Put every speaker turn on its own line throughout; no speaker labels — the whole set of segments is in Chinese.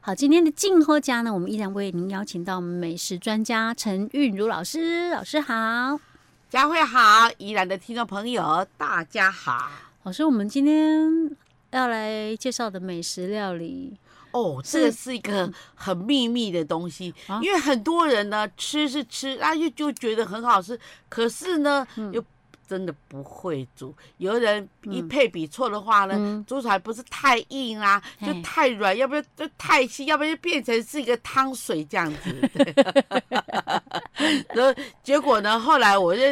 好，今天的静候家呢，我们依然为您邀请到美食专家陈韵如老师，老师好。
佳慧好，宜兰的听众朋友大家好。
老师，我们今天要来介绍的美食料理，
哦，这个是一个很秘密的东西，
啊
因为很多人呢吃是吃，他就就觉得很好吃，可是呢、又真的不会煮。有人一配比错的话呢，
嗯
煮出来不是太硬啦、
嘿
就太软，要不然就太稀，要不然就变成是一个汤水这样子。对 然后结果呢，后来我就。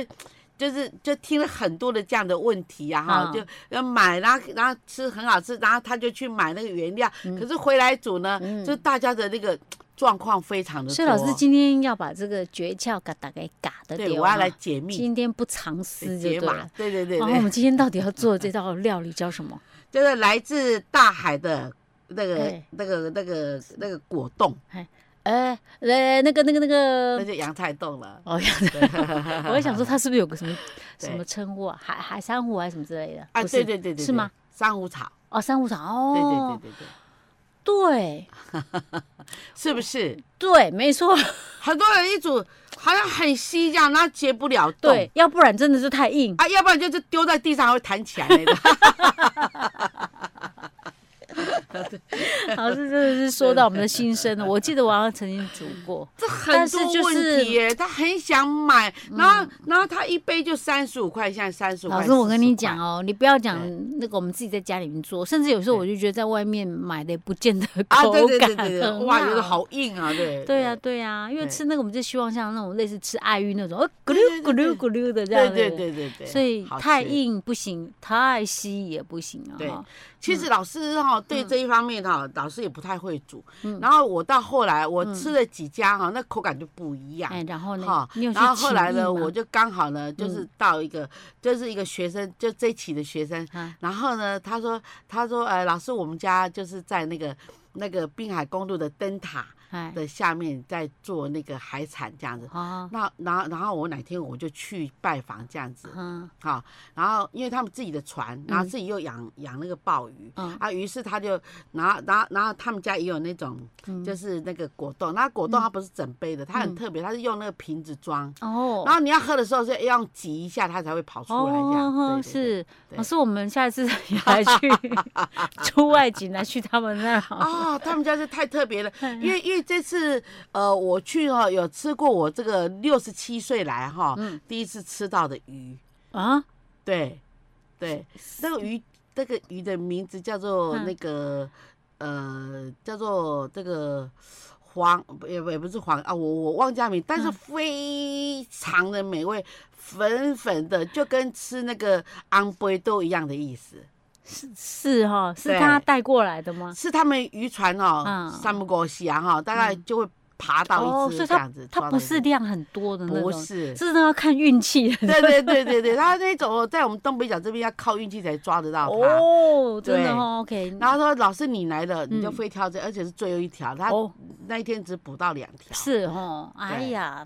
就是就听了很多的这样的问题呀、啊，
嗯
哈、就要买，然后然后吃很好吃，然后他就去买那个原料，可是回来煮呢，就大家的那个状况非常的多。
所以老师今天要把这个诀窍嘎打给嘎的
对我要来解密
今天不藏私就对
解码
了。，
对对对
然后我
对，
们今天到底要做的这道料理叫 什么？
就是来自大海的那个
哎
那个那个那个果冻，
哎，呃，那个那个那
那
个，
就洋菜冻了。
哦呀， 我在想说它是不是有个什么
对
什么称呼啊？海海珊瑚还是什么之类的？
啊，
不
对
是
对对对，
是吗？
珊瑚草，
哦，珊瑚长
对对
哦
对，对对，
对
是不是？
对，没错，
很多人一煮好像很稀这样，然后结不了冻。
对，要不然真的是太 硬。
啊，要不然就是丢在地上还会弹起来那个。
老师真的是说到我们的心声了。我记得我好像曾经煮过，
这
但
很
是
多
就
问
是
题耶，他很想买，然后、然后他一杯就三十五块，现在三十五块。
老师，我跟你
45
讲
块，
哦，你不要讲那个我们自己在家里面做，甚至有时候我就觉得在外面买的也不见得口感
啊，对对对对对，
很
哇，有的
好。
好硬啊，对。
对呀，对呀，因为
对
吃那个我们就希望像那种类似吃爱玉那种，呃，咕
对
噜
对
咕
对
噜咕噜的这
对
样。
对
不。
对对对，
所以
好
太
吃。
硬不行，太稀也不行啊。
对
哈
其实老师哈、对这一方面哈、老师也不太会煮。
嗯
然后我到后来我吃了几家哈、那口感就不一样。
哎，然后呢
哈，，
你有去
然后后来
请益
呢，
吗嗯
我就刚好呢，就是到一个，就是一个学生，就这一期的学生
啊，
然后呢，他说，他说，呃，老师，我们家就是在那个那个滨海公路的灯塔
哎
的下面在做那个海产这样子。
啊
那然后然后我哪天我就去拜访这样子，
嗯
好，然后因为他们自己的船，然后自己又养养那个鲍鱼，
嗯
啊，于是他就，然后然后然后他们家也有那种，就是那个果冻，那
嗯
果冻它不是整杯的，它很特别，它是用那个瓶子装，
哦
然后你要喝的时候是要用挤一下，它才会跑出来这样，
哦
对，对对
是
对
老师，我们下一次也来 去出外景，来去他们那儿好了。
啊、他们家是太特别 了，因为因为这次呃我去哈、有吃过我这个六十七岁来哈、
嗯
第一次吃到的鱼，
啊，
对，对，那个鱼，那个鱼的名字叫做
嗯
那个、呃，叫做这个黄，不也不也不是黄啊，我我忘记它名，但
嗯
是非常的美味，粉粉的，就跟吃那个昂贝都一样的意思。
是哈、是
对
他带过来的吗？
是他们渔船哦
啊嗯，
三不过西啊哈，大概就会爬到
哦，
一
所
次
以
这
它
样子，抓
它
到
不
一
是
只
量很多的那
不
种，
是。
是那要看运气的
对对对对对，他那种哦在我们东北角这边要靠运气才抓得到它。
哦，真的
对
哦，OK，
然后说老师你来了，你就
嗯
非挑这，而且是最后一条，他
哦
那一天只捕到两条。
是哦，哎
对
呀，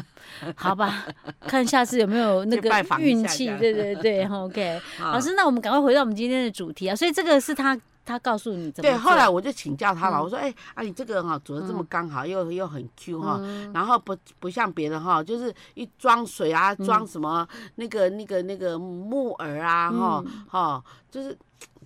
好吧，看下次有没有那
去
个
拜访一
运
下
气，
这样
对对对，OK，
啊
老师，那我们赶快回到我们今天的主题啊，所以这个是他他告诉你怎么
对，
做嗯
后来我就请教他了，我说，哎、啊，你这个哈、煮的这么刚好，又又很 Q 哈、
嗯
然后不不像别人哈、就是一装水啊，装
嗯
什么那个那个那个木耳啊哈
嗯
哈、就是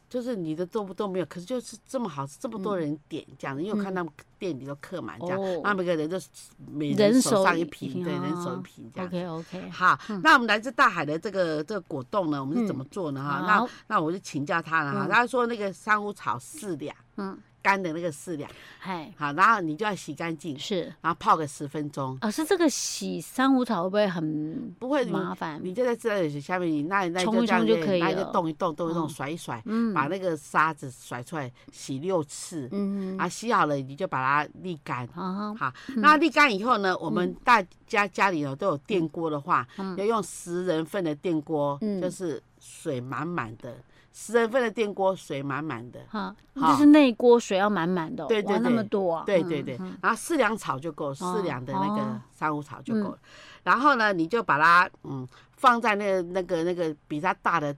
就是你的都都没有，可是就是这么好吃，这么多人点这样子，因为我看他们店里都客满这样，
嗯哦
那每个人都是每
人
人
手
手上
一
一
瓶
瓶，对，人手
啊
一瓶这样子。
，OK OK，
好，那我们来自大海的这个这个果冻呢，我们是怎么做呢？哈、
嗯嗯好
那那我就请教他了哈。他说那个珊瑚草四两，
嗯，
干的那个四两，
嗨，
好，然后你就要洗干净，
是
然后泡个十分钟，
老师，这个洗珊瑚草会不会很
不会你
麻烦？
你就在自来水下面，你那那
冲一
就这样
冲就可以
那
了
就动一动，动一动，
嗯
甩一甩，
嗯
把那个沙子甩出来，洗六次，
嗯
啊，洗好了你就把它沥干。
啊，
好，那沥干以后呢，我
嗯
们大家家里头都有电锅的话，要用十人份的电锅，
嗯
就是水满满的，十人份的电锅水满满的，
哈，
好
就是那一锅水要满满的哦，
对
哇
对
那么
对
多啊，
对
嗯
对对，然后四两草就够，四两的那
哦
个珊瑚草就够了。嗯然后呢，你就把它嗯放在那个那个那个比它大的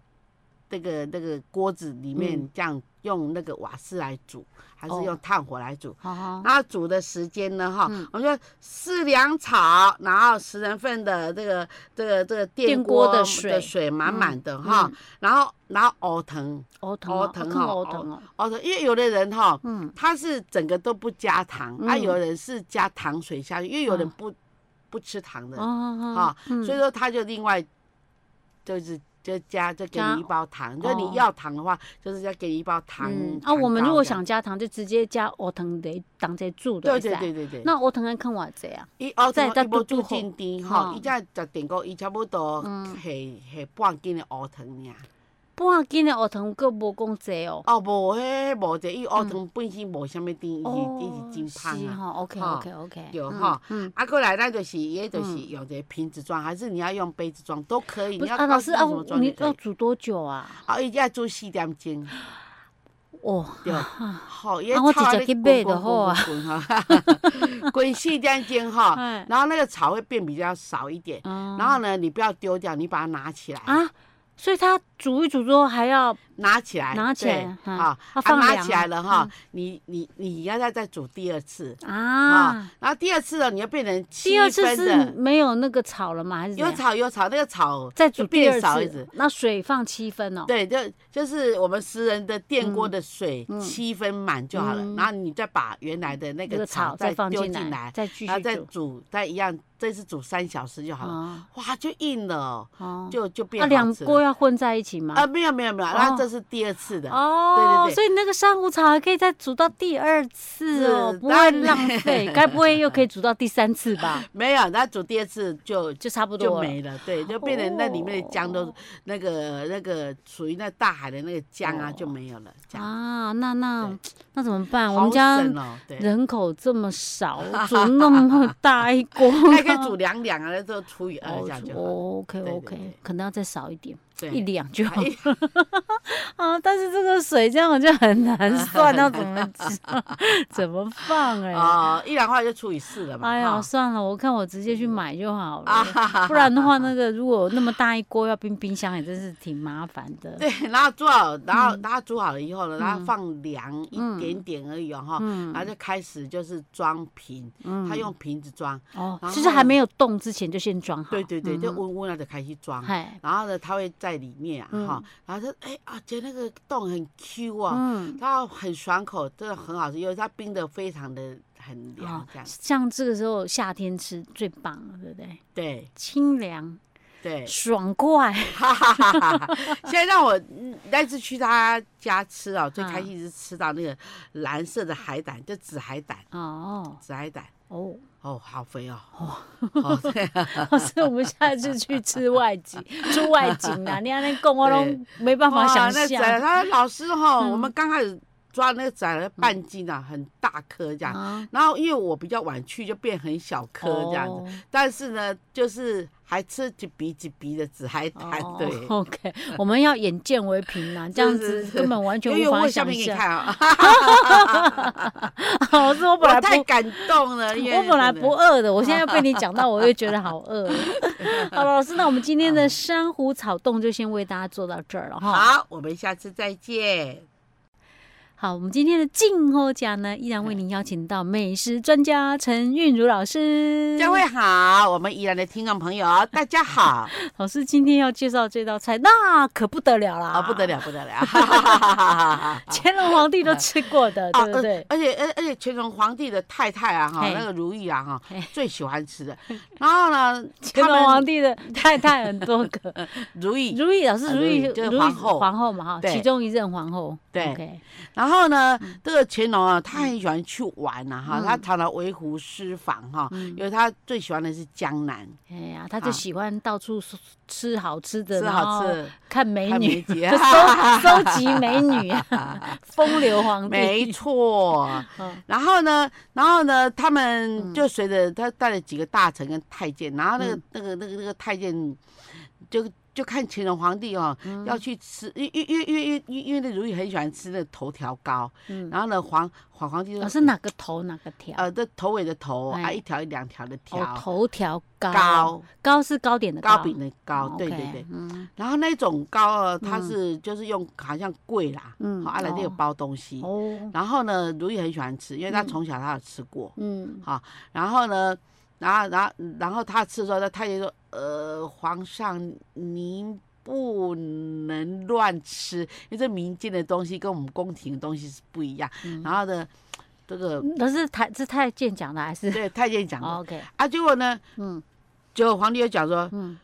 那个那个锅子里面
嗯
这样用那个瓦斯来煮，还是
哦
用炭火来煮。
好好，
然后煮的时间呢，哈
嗯，
我们就四两炒，然后十人份的这个这个这个电
电锅
锅
的
的
水嗯
水满满的哈，然后然后熬糖
熬疼
熬
哦，
糖
更
哦
熬
熬
疼哦，
熬糖，因为有的人哈，
嗯，
他是整个都不加糖，啊，
嗯
有人是加糖水下去，因为有人不不吃糖的
哦，哦，
哈，
嗯
所以说他就另外就是就加就给
加
你一包糖，就
哦
你要糖的话，就是要给你一包糖
嗯，。啊，
糖
我们如
糕
果
这样
想加糖，就直接加熬糖的当在煮的，
对对
是吧
对。对对，
那熬糖要看偌济啊？
伊熬
再
糖
再
伊无
嘟嘟
煮
好
真甜吼，
嗯
伊才十点钟，伊差不多
嗯
下下半斤的熬糖尔。
半斤的熬糖佫无讲济哦。
哦，无迄无者，伊熬糖本身无啥物甜，伊
嗯哦，
是伊是真芳
是
啊。
吼，OK
哈
OK OK，
有
嗯
哈
嗯，
啊，过来，那就是，也就是用这个瓶子装，还是你要用杯子装都可以。
不
你
是
要
啊，
高
老师
兴
啊
用什么，装就
你
可
要
以。
煮多久啊？
啊，伊要煮四点钟，
哦，
对。好，也
啊我直
炒
接去买就好啊
滚滚滚 滚滚四点钟哈
哎，
然后那个草会变比较少一点。
嗯
然后呢，你不要丢掉，你把它拿起来。
啊，所以它煮一煮之后还要
拿起来，
拿起来
对
嗯
啊，
要
啊
放
拿
凉嗯
起来了哈，你你你要再再煮第二次
啊
啊，，然后第二次呢，你要变成七
第二次
分
是
的，
没有那个炒了吗？还是怎
有
样
炒有炒，那个炒
再煮
就
第二
变少一
次
点，，
那水放七分哦。
对，就就是我们十人的电锅的水
嗯
七分满就好了
嗯，
然后你再把原来的那
那
个
个
炒
草
再
再放
丢
进
进
来
来，，
再继
然后
续
再
煮。
煮，再一样，这次煮三小时就好了，
啊，
哇，就硬了哦，
哦，
就就变
啊，两
好吃了
锅要混在一起吗？
啊，没有没有没有，
哦
那这是第二次的，
哦，
对对对
所以那个珊瑚草还可以再煮到第二次哦，
是
不
当
会
然
浪费，该不会又 可以煮到第三次吧？
没有，那煮第二次就
就差不
就
多了。哦
没了，对，就变成那里面的姜都、那个那个属于那大海的那个姜啊、
哦
就没有了，这样。
啊，那那
对
那怎么办？
好
我们家
省哦，对，
人口这么少，煮那么大一锅，
还可以 煮两两啊，那就除以二
哦
这样就好了。
哦，OK
对对
OK，
对
可能要再少一点，一
对，哎
两就好
一
啊。但是这个水这样我就很难
啊
算，要怎么吃 怎么放哎、
哦，一两块就除以四了嘛。
哎
哈嗯
呀，算了，我看我直接去买就好了。
啊哈哈
不然的话，那个如果那么大一锅要冰冰箱，也真是挺麻烦的。
对，然后做好，然
嗯
后然后煮好了以后呢，然后放凉一点点而已哦哈，
嗯
然后就开始就是装瓶，他用瓶子装，
哦
然，后
就是还没有冻之前就先装好。
对对对，
嗯
就温温了就开始装，
嗨，嗯
然后呢，它会在里面啊，哈、然后说，哎、啊，觉得那个洞很 Q 啊，
嗯，
它很爽口，真的很好吃，因为它冰的非常的很凉
好，
这样，
像这个时候夏天吃最棒了，对不对？
对
清凉
对，
爽快，
哈哈哈哈！ 现在让我嗯那次去他家吃啊，最开
嗯
心是吃到那个蓝色的海胆，就紫海胆，
哦
紫海胆。
哦，
哦，好肥哦！哦，对，
所以我们下次去吃外景， 出外景啊，你看那贡我都没 办法
哇
想
那
象嗯
仔，他老师哈，我们刚开始抓那个仔了半斤啊，很大颗这样。
啊，
然后因为我比较晚去，就变很小颗这样子。
子。
但是呢，就是还吃几鼻几鼻的紫海胆，
哦
对。
，OK，我们要眼见为凭啊，这样子
是是
根本完全
因为
无
我
法
有下
想
面给你
象。
看啊，
老师，我本来
我
不
太感动了，因为
我本来
真的
不饿的，我现在被你讲到，我又觉得好饿。 好了，老师，那我们今天的珊瑚草冻就先为大家做到这儿了哈。
好，我们下次再见。
好，我们今天的静候奖呢，依然为您邀请到美食专家陈韵如老师。
各位好，我们宜兰的听众朋友，大 家好，
老师今天要介绍这道菜，那可不得了啦，
啊，不得，了，不得 了， 哈哈哈哈哈哈
乾隆皇帝都吃过的，
啊
对不对？
而且而而且乾隆皇帝的太太啊哈
嘿，
那个如意啊哈
嘿，
最喜欢吃的。然后 呢，
乾
他
隆
们
皇帝的太太很多个，
如意，
如意老
啊
师，如意
如意就是
如意
皇后
皇后嘛哈，
对
其中一任皇后。
对
OK
然后呢，
嗯
这个乾隆啊，他很喜欢去玩呐、哈，他常常为湖诗访哈，
嗯
因为他最喜欢的是江南，
哎呀，他就
啊
喜欢到处吃好吃的，
吃好吃，的，
看美
看
女，
节
就收收集美 女，风流皇
没
帝。
错
嗯。
然后呢，然后呢，他们就
嗯
随着他带了几个大臣跟太监，然后那个、那个那个那个太监就就看乾隆皇帝哦，
嗯
要去吃，因因因因因因因为那如意很喜欢吃那头条糕，然后呢皇皇皇
嗯
帝
老
说，
师哪个头哪个哦条？
呃，这头尾的头啊，
哎
一条一两条的
哦，
条，
头条糕，
糕
糕是糕点的哦
糕饼的糕，对对
OK，
对。
嗯
然后那种糕呃，它是就是用好像贵啦，
嗯
好，啊阿兰都有
哦
包东西。
哦，
然后呢，如意很喜欢吃，因为她从小她有吃过。
嗯，
然后呢，然后然后然后她吃的时候，她太监说：“呃，皇上您不能乱吃，因为这民间的东西跟我们宫廷的东西是不一样。
嗯
然后呢，这个
老师太是太监讲的还是
对太监讲的、
哦？OK，
啊，结果呢，
嗯
结果皇帝又讲说，
嗯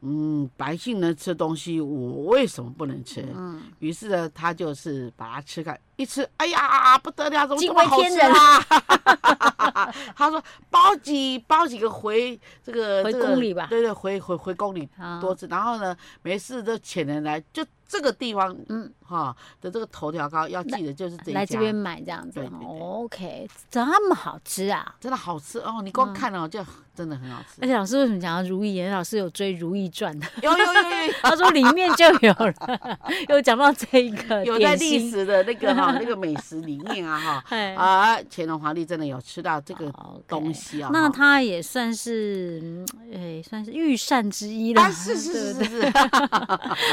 嗯，百姓能吃东西，我为什么不能吃？
嗯，
于是呢，他就是把它吃开，一吃，哎呀，不得了，怎么这
惊
么
为
好
天
吃
人
啊？他说包几包几个回这个
回
这个
宫里吧啊
对对，回回回宫里
好，
多吃。然后呢，没事就请人来，就这个地方，
嗯
嗯哈的这个头条糕要记得就是这一
来
家
这，边买这样子
对对对
，OK，这么好吃啊！
真的好吃哦，你光看哦就真的很好吃
而。且老师为什么讲到如意？因为老师有追《如懿传》的，
有有 有有。
他说里面就有了， 有讲到这一个
有在
点
历
心，
史的那 个哈、那个美食里面啊哈，
哎，
啊，乾隆皇帝真的有吃到这个
好，OK
东西啊。
那
哈
他也算是，嗯诶、算是御膳之一啦。
啊，是是
对不对
是是，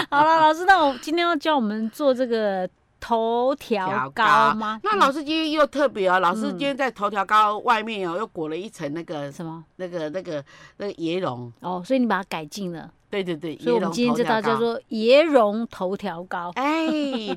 好了，老师，那我今天要教我们做这个头条糕吗？
那老师今天又特别哦，老师
嗯
今天在头条糕外面哦，又裹了一层那个
什么？
那个那个那个椰蓉，
哦，所以你把它改进了，
对对对，
所以我
椰
们
蓉
今天
头
这道
条
叫
糕。
做椰蓉头条糕。
哎，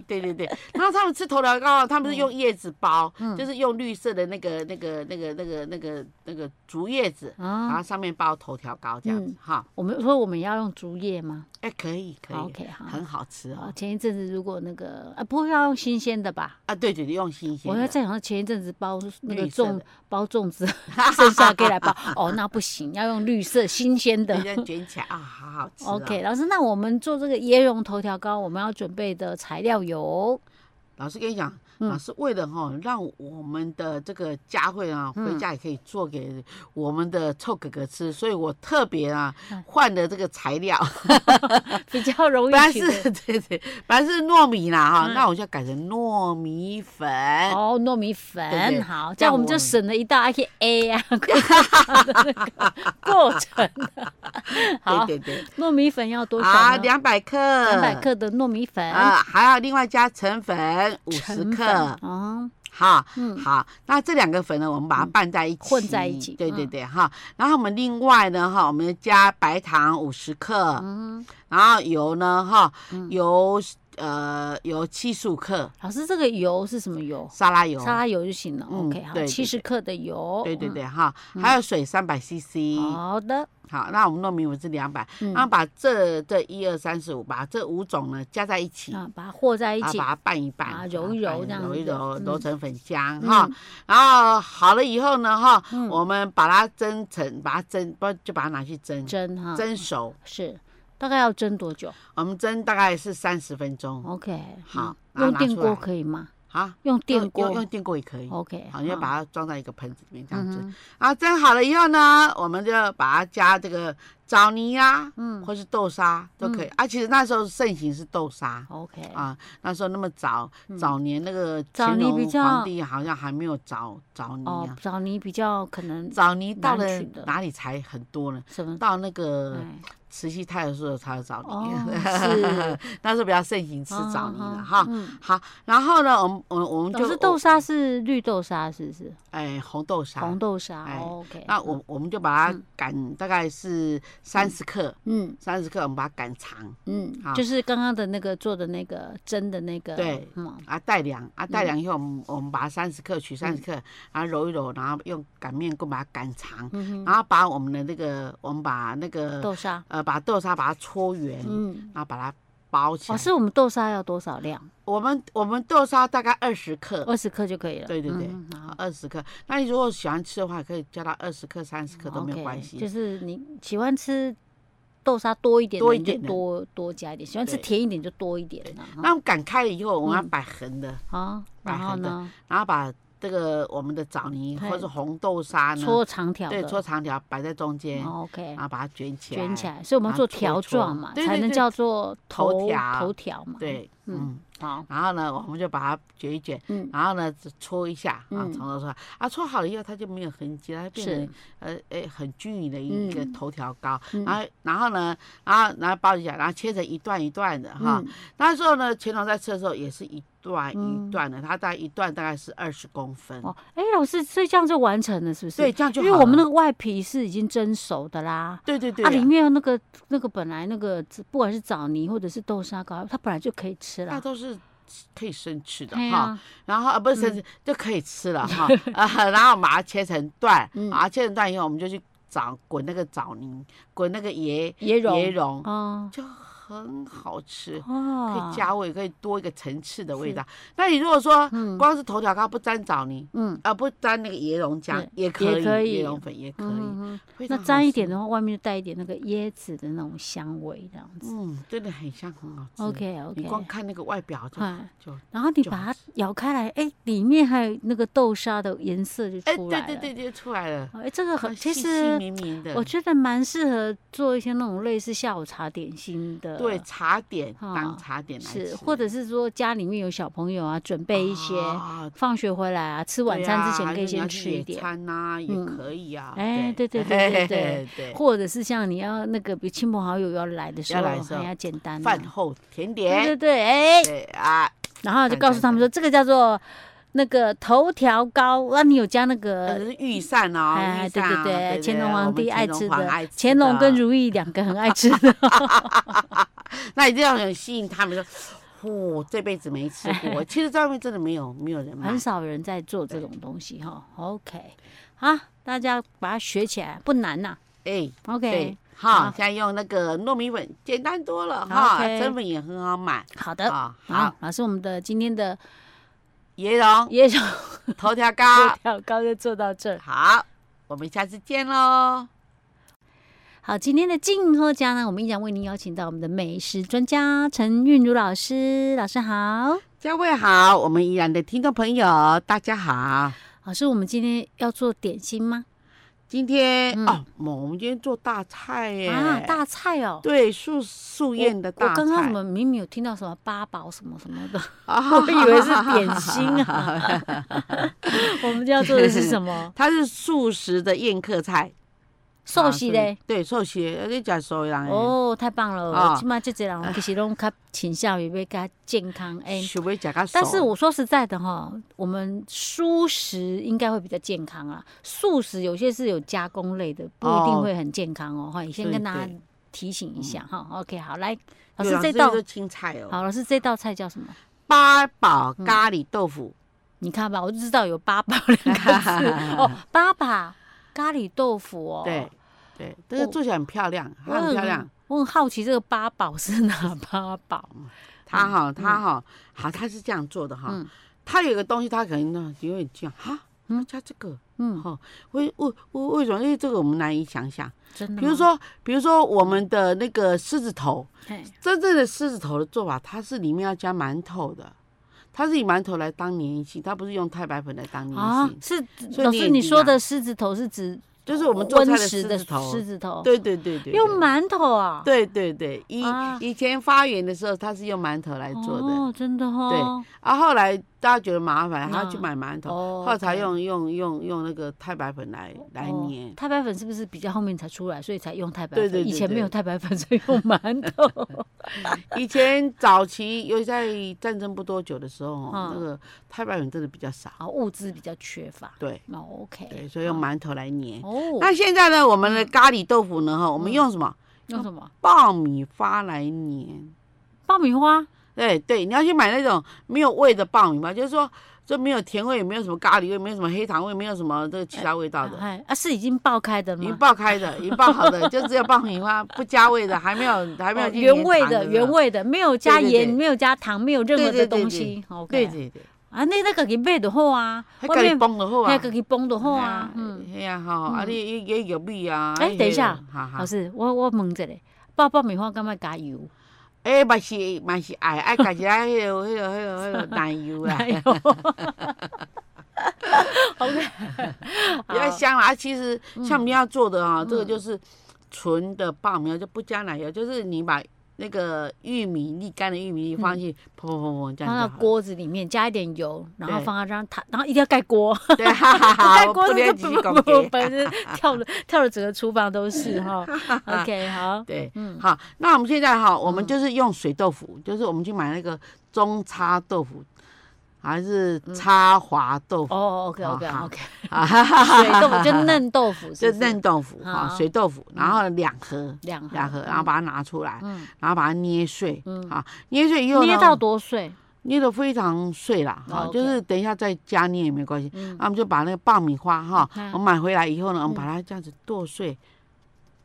对对对，然后他们吃头条糕，哦他们是
嗯
用叶子包，就是用绿色的那个、那个、那个、那个、那个、那个竹叶子，然
啊，
后上面包头条糕这样子
嗯
哈。
我们说我们要用竹叶吗
哎，可以可以，
？OK，好。
很好吃
啊
哦。，
前一阵子如果那个啊，不过要用新鲜的吧？
啊，对对对，用新鲜
我要
的。
再想到前一阵子包那个
绿色的
粽包粽子， 剩下给来包哦，那不行，要用绿色新鲜的
人。家卷起来啊，好好吃、哦。
OK，老师，那我们做这个椰蓉头条糕，我们要准备的材料有，
老师跟你讲，
嗯
老师为了哈、让我们的这个佳慧啊，
嗯
回家也可以做给我们的臭哥哥吃，所以我特别啊
嗯
换的这个材 料，
比较容
本
易
来
取得
是 对对，本来是糯米啦哈，那我就改成糯米粉。
哦，糯米粉，
对对
好，这
这样
样我们
我
就
们
省了一大些 A 啊 过 程。好，
对对对，
糯米粉要多少
啊，
呢？
两百克，
两
两
百克的糯米粉，
啊，还要另外加成粉五十
成
克，
粉哦，
哈，
嗯
好，那这两个粉呢，我们把它拌在一起，
混在一起
对对
嗯
对，哈。然后我们另外呢，哈，我们加白糖五十克，
嗯，
然后油呢，哈，油呃油七十五克，
老师，这个油是什么油？
沙拉油，
沙拉油就行了。
嗯
OK，好，
对对
七十克的油。
对对嗯
嗯。
对，哈，还有水三百 CC，
好的，
好，那我们糯米粉是两百，
嗯
然后把这这一二三四五，把这五种呢加在一起，
啊，把它和在一
啊，
起
把。它拌一拌，
啊
把它
揉一揉
拌
这样
揉一
子
揉，
嗯
揉成粉浆
嗯
哈。然后好了以后呢，哈
嗯，
我们把它蒸成，把它蒸，不就把它拿去蒸，
蒸啊哈，
蒸熟。
是大概要蒸多久
我们蒸大概是三十分钟
？OK，
好
嗯用
然后拿
电
出
锅
来
可以吗？
啊。
用
用
电锅
用用电锅也可以，
OK，
好，你要把它装在一个盆子里面这样
嗯
子。啊，蒸好了以后呢，我们就把它加这个枣泥呀，
嗯
或是豆沙都可以。啊，其实那时候盛行是豆沙。
OK
啊，那时候那么早，
嗯
早年那个
枣
乾
泥
隆
比较
皇帝好像还没有枣枣泥
哦
啊，，
枣泥比较可能
枣泥到了
难取得
哪里才很多呢？
什么？
到那个
哎
慈禧太后的时候才有枣
哦
泥，那时候比较盛行吃枣泥了
啊
哈。
嗯
好，然后呢，我们我们我们
老
就
师，豆沙是绿豆沙是不是？
哎红豆沙
红，豆沙
哎
哦，OK。
那我我们就把它擀大概是三十克，
嗯
三十克我们把它擀长
嗯，
好
就是刚刚的那个做的那个蒸的那个，
啊对
嗯，
啊，带凉啊，带凉以后我们我们把它三十克取
嗯
三十克，然后揉一揉，然后用擀面棍把它擀长，
嗯
然后把我们的那个我们把那个
豆沙，
呃把豆沙把它搓圆，
嗯，
然后把它包起
哦，
来。
是我们豆沙要多少量？
我们我们豆沙大概二十克，
二十克就可以了。
对对对
嗯，好
二十克。那你如果喜欢吃的话，可以加到二十克、三十克都没有
哦 OK，
关系。
就是你喜欢吃豆沙多一点的，
多一
你就
点的
多多加一点；喜欢吃
对
甜一点就多一点啊。嗯
那我们擀开了以后，我们要摆横的，
好，然
摆
后
好的
呢？
然后把这个我们的枣泥
嘿
或是红豆沙呢，
搓长条
对，
的。
搓长条摆在中间，
哦 OK，
然后把它卷起来，
卷起来，所以我们要
把它
做
搓
条
搓
状嘛，
对
才
对
能
对
叫做
头
头
条
头条嘛。，
对，
嗯
嗯。
好，
然后呢，我们就把它卷一卷，
嗯
然后呢搓一下啊，
嗯
从头搓啊，搓好了以后它就没有痕迹，它变
是
成呃诶很均匀的一个
嗯
头条糕。
嗯
然后然后呢，然后然后包一下，然后切成一段一段的哈。
嗯
那时候呢，乾隆在吃的时候也是一段
嗯
一段的，它大概一段大概是二十公分。
哦，哎，老师，所以这样就完成了，是不是？
对，，这样就
因
好
为我们那
了
个外皮是已经蒸熟的啦。
对对对
啊，里
啊，
面那个那个本来那个不管是枣泥或者是豆沙糕，它本来就可以吃
那
啦。
都是可以生吃的
对
哈。
啊，
然后啊，不是生吃就可以吃了 哈，啊，然后把它切成段，啊，切成段以后，我们就去找滚那个枣泥，滚那个椰
椰蓉
椰蓉，
哦
就很好吃，可
哦
以，加味，可以多一个层次的味道。那你如果说光是头条糕不沾枣泥，
嗯，
啊，不沾那个椰蓉酱
是
也可以，
也可以
椰蓉粉也可以，
嗯
非
那
常好
沾一点
吃，
的话，外面就带一点那个椰子的那种香味，这样子。
嗯，真的很香，很好吃。
OK
你
OK，
光看那个外表就
哎
就，
然后你
就
把
好
它
吃
咬开来，哎，里面还有那个豆沙的颜色就
哎，
出来
对
了。
对对，就出来了。
哦，哎，这个很，其
细细
实
绵绵的，
我觉得蛮适合做一些那种类似下午茶点心的，
对，茶点
啊
当茶点来吃，
是，或者是说家里面有小朋友啊，准备一些，
啊
放学回来啊，吃晚餐之前可以先吃一
对
点，
啊还是你要去野餐呐，也
嗯
可以啊。
哎对对对对对
对
或者是像你要那个，比如亲朋好友要来的时候，
要来的时候
还要简单、啊，
饭后甜
对对
点，
对，哎、
对啊，
然后就告诉他们说，这个叫做那个头条糕，那、你有加那
那
个。
是御膳哦，
呃哎，
御
对
膳
对
啊
对，乾隆
我们
皇帝爱
乾隆
吃
皇
的
爱，
乾隆跟
的
如意两个很爱吃的，
那一定要很吸引他们说，哦，这辈子没吃 过，其实在外面真的没有没有人买
很，少人在做这种东西哈。OK，好，大家把它学起来，不难呐。
哎，对
OK，，好
哈，现在用那个糯米粉简单多了哈，
OK
蒸粉也很好买
好的，
啊，好
好，，老师，我们的今天的
椰蓉。
椰枣。
头条高
跳高就做到这儿。
好，我们下次见喽。
好，今天的静候家呢，我们依然为您邀请到我们的美食专家陈韵如老师，老师好。
各位好，我们宜兰的听众朋友，大家好。
老师，我们今天要做点心吗？
今天、
嗯
哦，我们今天做大菜耶，
啊，大菜哦。
对素素宴的
我
大菜。
刚刚怎么明明有听到什么八宝什么什么 的，
啊
我以为是点心啊。 我们今天要做的是什么？
它是素食的宴客菜，
寿喜嘞
啊？素对，寿喜，而且讲熟人哦，
哦，太棒了！
啊
起码这几人其实拢较倾向于要较健康哎。
想要食较熟。
但是我说实在的哈，我们蔬食应该会比较健康啊，素食有些是有加工类的，不一定会很健康哦。哈、先
对
跟大家
对嗯
提醒一下哈。OK，好，来，老
对
师
啊
这
个
道
是青菜哦，
好，老嗯师这道菜叫什么？
八宝咖喱豆腐。
你看吧，我就知道有八宝两个 字哦，八宝咖喱豆腐哦。
对对，这个
我
做起来很漂亮，
我
它
很，
很漂亮。嗯
我很好奇这个八宝是哪八宝？
他哈，他哈，好，他是这样做的哈
嗯。
他有一个东西，他可能呢有点这样哈，
嗯
嗯，加这个
嗯，
哈，为为为为什么？因为这个我们难以想象。
真的吗。
比如说，比如说我们的那个狮子头，
嘿，
真正的狮子头的做法，它是里面要加馒头的，它是以馒头来当粘性，它不是用太白粉来当粘
啊，
性。
是
嗯所以
老
你
师
也
你
一
说
样
的狮子头是指
就是我们做
温
菜的
食
狮
的
子头
狮，子头，
对对对对，
用
对。
馒头啊，
对对对，以
啊
以前发源的时候，它是用馒头来做的，
哦，真的哦，
啊，后来大家觉得麻烦，他去
嗯
买馒头，
哦
后来才
OK
用用用用那个太白粉来来
哦
粘。
太白粉是不是比较后面才出来，所以才用太白
对
粉？
对对
以前没
对
有太白粉，所以用馒头。
以前早期，尤其在战争不多久的时候，哦
嗯
那个太白粉真的比较少，
啊，物资比较缺乏。
对
那 OK。
对，所以用馒头来粘。
哦，嗯
那现在呢，我们的咖喱豆腐呢，哈，我们用什么？
用什么？
爆米花来粘。
爆米花。
对对，你要去买那种没有味的爆米花，就是说这没有甜味，也没有什么咖喱味，没有什么黑糖味，没有什么这个其他味道的。
哎啊，是已经爆开的
已经
吗？
爆开 的，已经爆好的，就只有爆米花不加味的，还没有还没有
哦
去
原
粘
味
糖
的，原。味的，没有加
对对
盐，
对
没有加糖，没有任何
对对
的
对
东
对
西。OK。
对对对，
啊，那那个给买的好啊，
还
外
咖喱
面
崩的好
还
啊
自，己崩的好啊。嗯。
嗯，哎呀哈，啊你也也有味啊。
哎
那
等一下
个，哈
老
哈，
师，我我问一下，爆爆米花干嘛加油？
哎，嘛是 嘛是爱爱家己啊，迄个迄个迄个迄个奶油啊
哎，呦， OK，
比较香啦。啊其实
嗯
像我们要做的啊，这个就是纯的爆苗，就不加奶油，就是你把那个玉米沥干的玉米粒放进去，砰砰砰砰这
嗯放到
样就好了。
锅子里面，加一点油，然后
对
放到这样它，然后一定要盖 锅，
对，哈哈
不 盖
哈，
锅
不
那
能
个
继续
不
讲
不不，
给。
反正跳了跳了整个厨房都是 哈。OK，好，
对，
嗯
好，那我们现在哈，我们就是用水豆腐，就是我们去买那个中叉豆腐，还是
嗯
插华豆腐
哦，OK OK
好
OK，
啊？哈哈哈
哦水豆腐就嫩豆腐，
就是
不是
嫩豆腐啊，
好
水豆腐，然后两盒，
两
两盒，啊然后
嗯
把它拿出来，
嗯
然后把它捏碎，
嗯
啊，捏碎以后呢
捏到多碎？
捏的非常碎啦，哈，
OK
就是等一下再加捏也没关系。
嗯
那我们就把那个爆米花哈
嗯，
我买回来以后呢，我们把它这样子剁碎，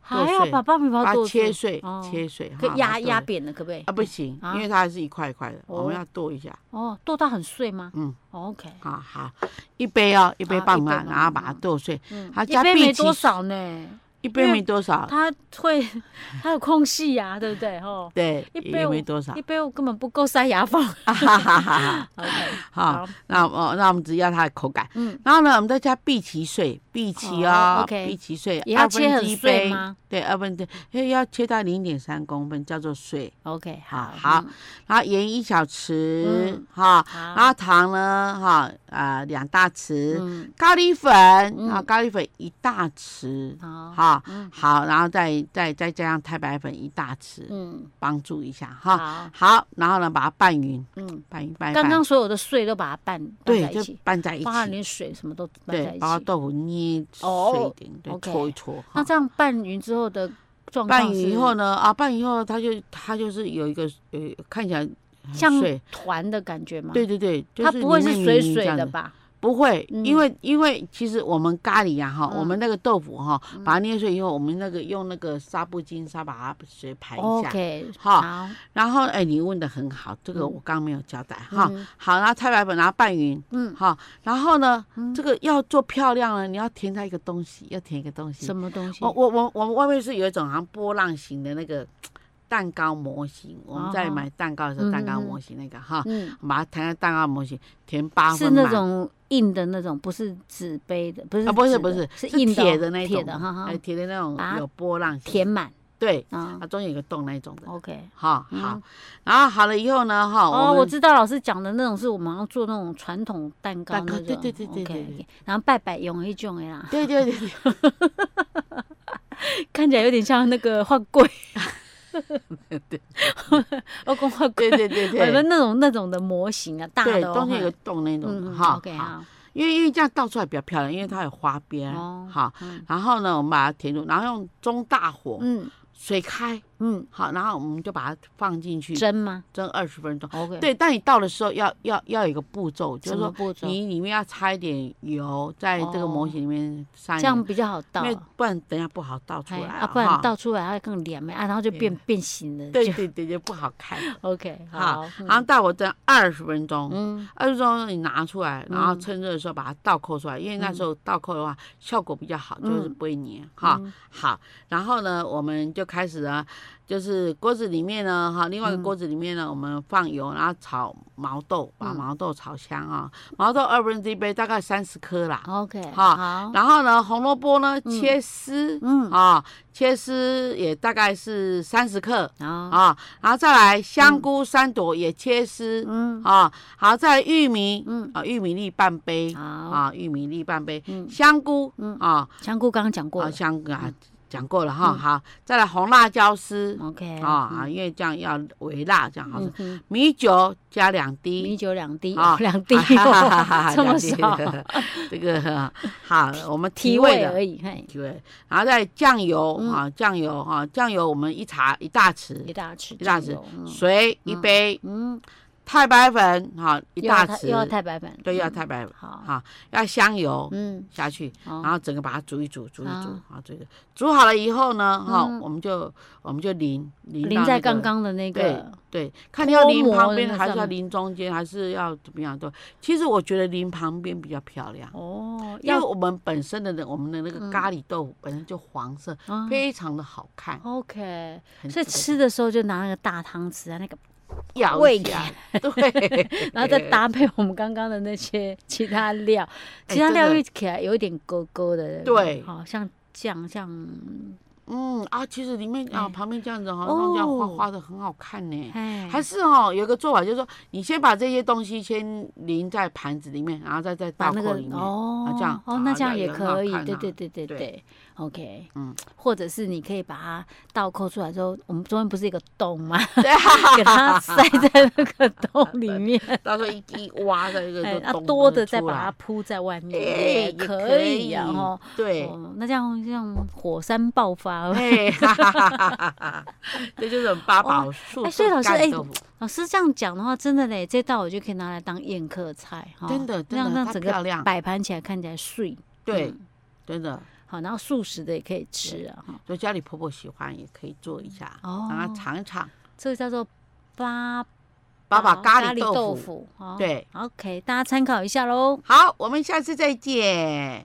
还要
碎
把爆米
把
花
它
剁
切碎
哦，
切碎，
可
哈
以压压
把它剁碎
扁了，可不可以
啊，？不行，
啊
因为它还是一块一块的，我们
哦
要剁一下。
哦，剁到很碎吗？
嗯
哦，OK，
啊，好，一杯哦，一杯
啊
爆
一
米
杯
花，
爆
然后
米
把它
花
剁碎，
嗯
它
一
啊加
杯没
碧琪
多少呢，
一
因
杯
为
没多少，
它 会它有空隙呀，对不对？哦，
对，
一
也
杯
也
我
没多少
一，杯我根本不够塞牙缝。
哈哈哈哈。
OK，
好，那哦，那我们只要它的口感。
嗯，
然后呢，我们再加碧琪碎，碧琪哦
哦，OK
碧琪碎，
也
二
要
分
切
之
很
一
碎
杯
吗
对，二分之一，要切到零点三公分，叫做碎。
？OK，
好
好，
好
嗯，
然后盐一小匙
嗯，
哈，然
好，
后糖呢，哈，呃，两大匙，
嗯，
咖喱粉
嗯
啊，咖喱粉一大匙，
好，
哈，
嗯
好，然后再再再加上太白粉一大匙，
嗯，
帮助一下哈。
好，
好，然后呢，把它拌匀，
嗯，
拌匀，拌匀，
刚
拌匀
刚所有的碎都把它拌拌
对
在，一
就
起，
拌在一
包含
起。
连水什么都拌在
对，
一
把
起。
豆腐捏碎一
哦
点，对，
OK
搓一搓。
那
哈。
这样拌匀之后的状况
拌匀以后呢，啊，拌匀以后它就它就是有一个呃，看起来很
是像
碎。
团的感觉吗？
对，对对，就
它
是
不会
里
是
面
水
泥泥
水
这样
的
子？
吧？
不会，因
嗯
为因为其实我们咖喱呀哈，我
嗯
们那个豆腐哈，把它捏碎以后，我们那个用那个纱布巾纱把它水排一下。
哦 OK，
哈
好，
然后哎，你问的很好，这个
嗯
我刚刚没有交代哈
嗯。
好，然后太白粉，然后拌匀，
嗯
哈，然后呢，这个要做漂亮呢，你要填它一个东西，要填一个东西
什。么东西
哦我？我我我们外面是有一种好像波浪形的那个蛋糕模型，我们在
哦
买蛋糕的时
嗯
候，蛋糕
嗯嗯
模型那个哈，
嗯，
把它填在蛋糕模型，填八分
是
满。
那种硬的那种，不是纸杯的，不是
啊，不是
纸
不是
的，
是
是硬
铁
的
的
哦
那一种
铁的哈哈
哎，，铁的那
把
种
它
有波浪形，
填满
对，
啊
它。中间有个洞那一种的，
OK，
哈，
嗯
好，然后好了以后呢，哈，
哦，我
们
知道老师讲的那种是我们要做那种传统蛋糕
蛋
那
糕
种，
对对对对
OK，
对
OK，然后拜拜用那种的啦，
对对对对，
看起来有点像那个画 柜。 我讲画 柜，
对对对
我
对
们。那种那种的模型啊，大
对，
的哦，
中间有个
哈
洞那种的
嗯
哈，
，OK
好
好，
因为因为这样倒出来比较漂亮，因为它有花边，
哦
好，
嗯
然后呢，我们把它填入，然后用中大火，
嗯
水开，
嗯，
好，然后我们就把它放进去
蒸吗
蒸二十分钟。
？OK，，
对，但你倒的时候要要要有一个步骤，就是
什么
说
步骤？
你里面要擦一点油，在这个模
哦
型里面撒一
这
点
样比较好倒啊
因为，不然等一下不好倒出
哎
来
啊，
啊
不
哈
然倒出来它更凉啊，然后就
对
变变形了，
对
就
对对就不好 看。
OK，
好
好，
然后大火蒸二十分钟，
嗯，
二十分钟你拿出来，然后
嗯
趁热的时候把它倒扣出来，因为那时候倒扣的话效果比较好，就是
嗯
不会粘哈。
嗯
好，然后呢，我们就开始啊，就是锅子里面呢哈，另外一个
嗯
锅子里面呢，我们放油，然后炒毛豆，把
嗯
毛豆炒香啊。毛豆二分之一杯，大概三十颗啦。
，OK，
好
好，
然后呢，红萝卜呢
哦嗯
切丝
嗯，
啊，切丝也大概是三十克。
然后
啊，然后再来香菇三朵也切丝
嗯
啊，好，再来玉米，
嗯，
啊，玉米粒半杯
好，
啊，玉米粒半杯，
嗯
香菇
嗯
啊，
香菇刚刚讲过
啊
了嗯
香啊讲过了哈，好，再来红辣椒丝
，OK，
啊啊，因为这样要微辣，这样好吃
哎嗯，哼，
米酒加两滴
米。酒两滴，
啊，
哦两滴
哈哈
哦这么
两滴
少，
这个好，我们提
提
味
味
的
而已，嘿，
提味，然后再酱油
嗯
啊，酱油啊，酱油我们一茶一大匙
一，大匙，
一大匙，
嗯
水一
嗯
杯，
嗯，
太白粉哈一
又要
大
太又要
匙，
太白粉，
对，要
嗯
太白粉
好，
哈，要香油
嗯，
下去，
好
然后整个把它煮一煮，煮一煮
啊，
好，这个煮好了以后呢，哈
嗯，
我们就我们就淋淋
淋
到
在
那个
刚刚的那
对
个，
对，看你要
脱
淋
模
旁
的
边
那
还是
上
要
面
淋中间还是要怎么样都，其实我觉得淋旁边比较漂亮。
哦，
因
要嗯
为我们本身的那我们的那个咖喱豆腐本身就黄色，
啊
非常的好看。
OK，
很
所以吃
值得
的时候就拿那个大汤匙啊，那个
咬
喂
一下， 对，
然后再搭配我们刚刚的那些其他料，
哎
其他料
真的
又起来有一点勾勾的，
对
好像酱像，
嗯啊，其实里面啊
哎
旁边这样子哈，
哦
弄这样花花的很好看呢。
哎，
还是哦，有一个做法就是说，你先把这些东西先淋在盘子里面，然后再在
把
倒
那
扣
个
里面。啊
哦
这样
哦，那
啊
这样
也
也
很好
可以
看，
对
啊
对对对
对
对，OK，
嗯，
或者是你可以把它倒扣出来之后，我们中间不是一个洞吗？
对啊，
给它塞在那个洞里 面，
到时候一一挖的一个
哎，
就
那
咚
多
咚
的再
出
把
来
它铺在外面
哎
也
也
可
可
以啊，
以
哦，
对，
哦，那这样像火山爆发。
哎， 哈哈哈哈哈哈，这就是我们八宝素
哎所以老师
干
哎
豆腐
老师这样讲的话，真的嘞，这道我就可以拿来当宴客菜哈，
真的真
让
的
让
它
整
漂
个
亮，
摆盘起来看起来碎，
对
嗯，
真的，
好，然后素食的也可以吃啊，哈，
所以家里婆婆喜欢也可以做一下，
哦
让她尝一尝。
这个叫做八
八宝咖
咖
喱
豆
豆腐，
腐，哦
对，
，OK，大家参考一下喽。
好，我们下次再见。